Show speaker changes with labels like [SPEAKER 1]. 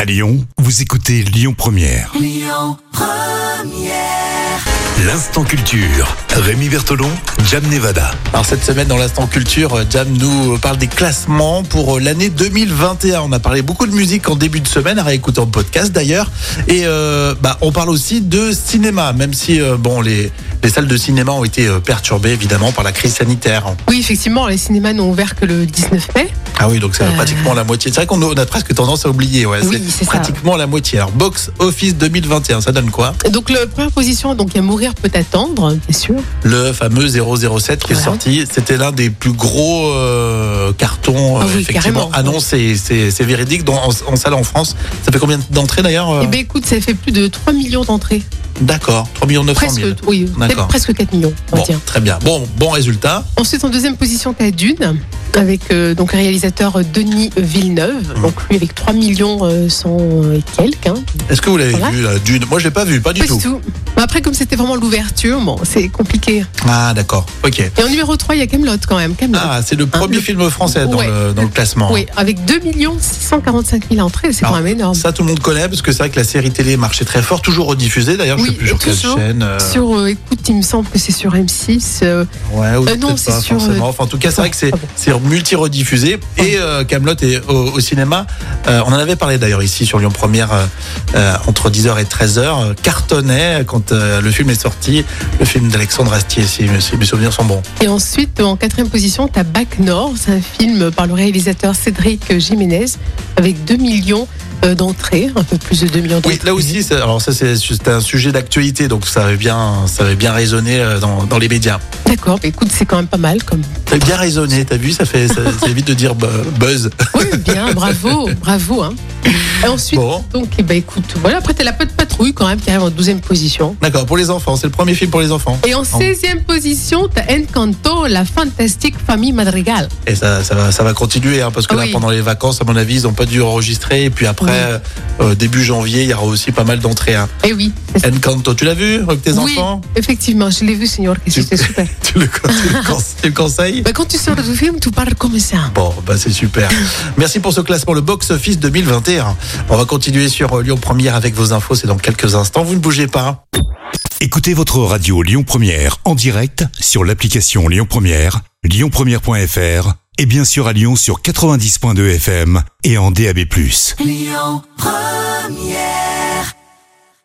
[SPEAKER 1] À Lyon, vous écoutez Lyon Première. Lyon Première. L'instant culture. Rémi Bertolon, Jam Nevada.
[SPEAKER 2] Alors cette semaine dans l'instant culture, euh, Jam nous parle des classements pour euh, l'année 2021. On a parlé beaucoup de musique en début de semaine, à réécouter en podcast d'ailleurs. Et euh, bah, on parle aussi de cinéma, même si euh, bon les, les salles de cinéma ont été euh, perturbées évidemment par la crise sanitaire.
[SPEAKER 3] Oui, effectivement, les cinémas n'ont ouvert que le 19 mai.
[SPEAKER 2] Ah oui, donc c'est pratiquement la moitié. C'est vrai qu'on a- on a presque tendance à oublier. Ouais,
[SPEAKER 3] Euh. Oui, c'est ça.
[SPEAKER 2] pratiquement la moitié. Alors box office 2021, ça donne quoi
[SPEAKER 3] Donc, la première position, donc, à mourir peut attendre, bien sûr.
[SPEAKER 2] Le fameux 007 qui est
[SPEAKER 3] Ouais.
[SPEAKER 2] sorti, c'était l'un des plus gros euh, cartons
[SPEAKER 3] Ah
[SPEAKER 2] euh,
[SPEAKER 3] oui,
[SPEAKER 2] effectivement.
[SPEAKER 3] carrément.
[SPEAKER 2] Ah non, c'est c'est- c'est véridique. Dans, en, en salle en France, ça fait combien d'entrées d'ailleurs euh
[SPEAKER 3] Eh bien, écoute, ça fait plus de 3 millions d'entrées.
[SPEAKER 2] D'accord, 3 millions 900
[SPEAKER 3] Presque,
[SPEAKER 2] 000.
[SPEAKER 3] oui, peut-être
[SPEAKER 2] D'accord.
[SPEAKER 3] presque 4 millions, on
[SPEAKER 2] Bon,
[SPEAKER 3] va dire.
[SPEAKER 2] très bien. Bon, bon résultat.
[SPEAKER 3] Ensuite, en deuxième position, t'as Dune, avec euh, donc le réalisateur Denis Villeneuve.
[SPEAKER 2] Mhm.
[SPEAKER 3] Donc, lui, avec 3 millions euh, cent et quelques. hein.
[SPEAKER 2] Est-ce que vous l'avez
[SPEAKER 3] Voilà.
[SPEAKER 2] vu, la Dune Moi, je l'ai pas vu, pas du
[SPEAKER 3] Pas
[SPEAKER 2] tout.
[SPEAKER 3] Mais après, comme c'était vraiment l'ouverture, bon, c'est compliqué.
[SPEAKER 2] Ah, d'accord. Ok.
[SPEAKER 3] Et en numéro 3, il y a Camelot quand même. Camelot.
[SPEAKER 2] Ah, c'est le premier
[SPEAKER 3] le-
[SPEAKER 2] film français dans,
[SPEAKER 3] Ouais.
[SPEAKER 2] le, dans le classement.
[SPEAKER 3] Oui, avec 2 645 000 entrées, c'est
[SPEAKER 2] Alors,
[SPEAKER 3] quand même énorme.
[SPEAKER 2] Ah. Ça, tout le monde connaît, parce que c'est vrai que la série télé marchait très fort, toujours rediffusée. D'ailleurs, je
[SPEAKER 3] Oui,
[SPEAKER 2] sais plus sur
[SPEAKER 3] et
[SPEAKER 2] quelle
[SPEAKER 3] toujours
[SPEAKER 2] chaîne. euh,
[SPEAKER 3] Sur, euh, écoute, il me semble que c'est sur M6. euh,
[SPEAKER 2] Ouais, ou
[SPEAKER 3] Euh, non,
[SPEAKER 2] peut-être
[SPEAKER 3] c'est
[SPEAKER 2] pas
[SPEAKER 3] sur,
[SPEAKER 2] forcément.
[SPEAKER 3] euh,
[SPEAKER 2] Enfin, en tout cas, c'est vrai que c'est
[SPEAKER 3] Ah bon.
[SPEAKER 2] c'est multi-rediffusé. Et euh, Camelot est au, au cinéma. Euh, on en avait parlé d'ailleurs ici sur Lyon Première euh, euh, entre 10h et 13h. euh, cartonnait quand euh, le film est sorti. Le film d'Alexandre Astier, si, mes- si mes souvenirs sont bons.
[SPEAKER 3] Et ensuite, en quatrième position, tu as Bac Nord. C'est un film par le réalisateur Cédric Jiménez avec 2 millions euh, d'entrées, un peu plus de 2 millions d'entrées.
[SPEAKER 2] Oui, là aussi, c'est- alors ça c'est c'était un sujet d'actualité, donc ça avait bien, ça avait bien résonné euh, dans, dans les médias.
[SPEAKER 3] D'accord, mais écoute, c'est quand même pas mal. Comme...
[SPEAKER 2] Ça avait bien résonné, t'as vu, ça fait, ça, ça évite de dire bu- buzz.
[SPEAKER 3] Oui, bien, bravo, bravo. Hein. Et ensuite,
[SPEAKER 2] Bon.
[SPEAKER 3] donc, eh ben, écoute, voilà, après, tu as la Pote Patrouille quand même qui arrive en 12e position.
[SPEAKER 2] D'accord, pour les enfants, c'est le premier film pour les enfants.
[SPEAKER 3] Et en 16e position, tu as Encanto, la fantastique famille Madrigal.
[SPEAKER 2] Et ça, ça, va, ça va continuer, hein, parce que là,
[SPEAKER 3] Oui.
[SPEAKER 2] pendant les vacances, à mon avis, ils n'ont pas dû enregistrer. Et puis après, euh, début janvier, il y aura aussi pas mal d'entrées. Hein.
[SPEAKER 3] Eh oui, c'est ça.
[SPEAKER 2] Encanto, tu l'as vu avec tes
[SPEAKER 3] Oui,
[SPEAKER 2] enfants
[SPEAKER 3] effectivement, je l'ai vu, Seigneur, que
[SPEAKER 2] Tu-
[SPEAKER 3] c'était super.
[SPEAKER 2] tu le, con- tu le con- tu le conseilles
[SPEAKER 3] Bah, quand tu sors du film, tu parles comme ça.
[SPEAKER 2] Bon, bah c'est super. Merci pour ce classement, le Box Office 2021. On va continuer sur euh, Lyon Première avec vos infos, c'est dans quelques instants. Vous ne bougez pas.
[SPEAKER 1] Écoutez votre radio Lyon Première en direct sur l'application Lyon Première, lyonpremière.fr et bien sûr à Lyon sur 90.2 FM et en DAB+.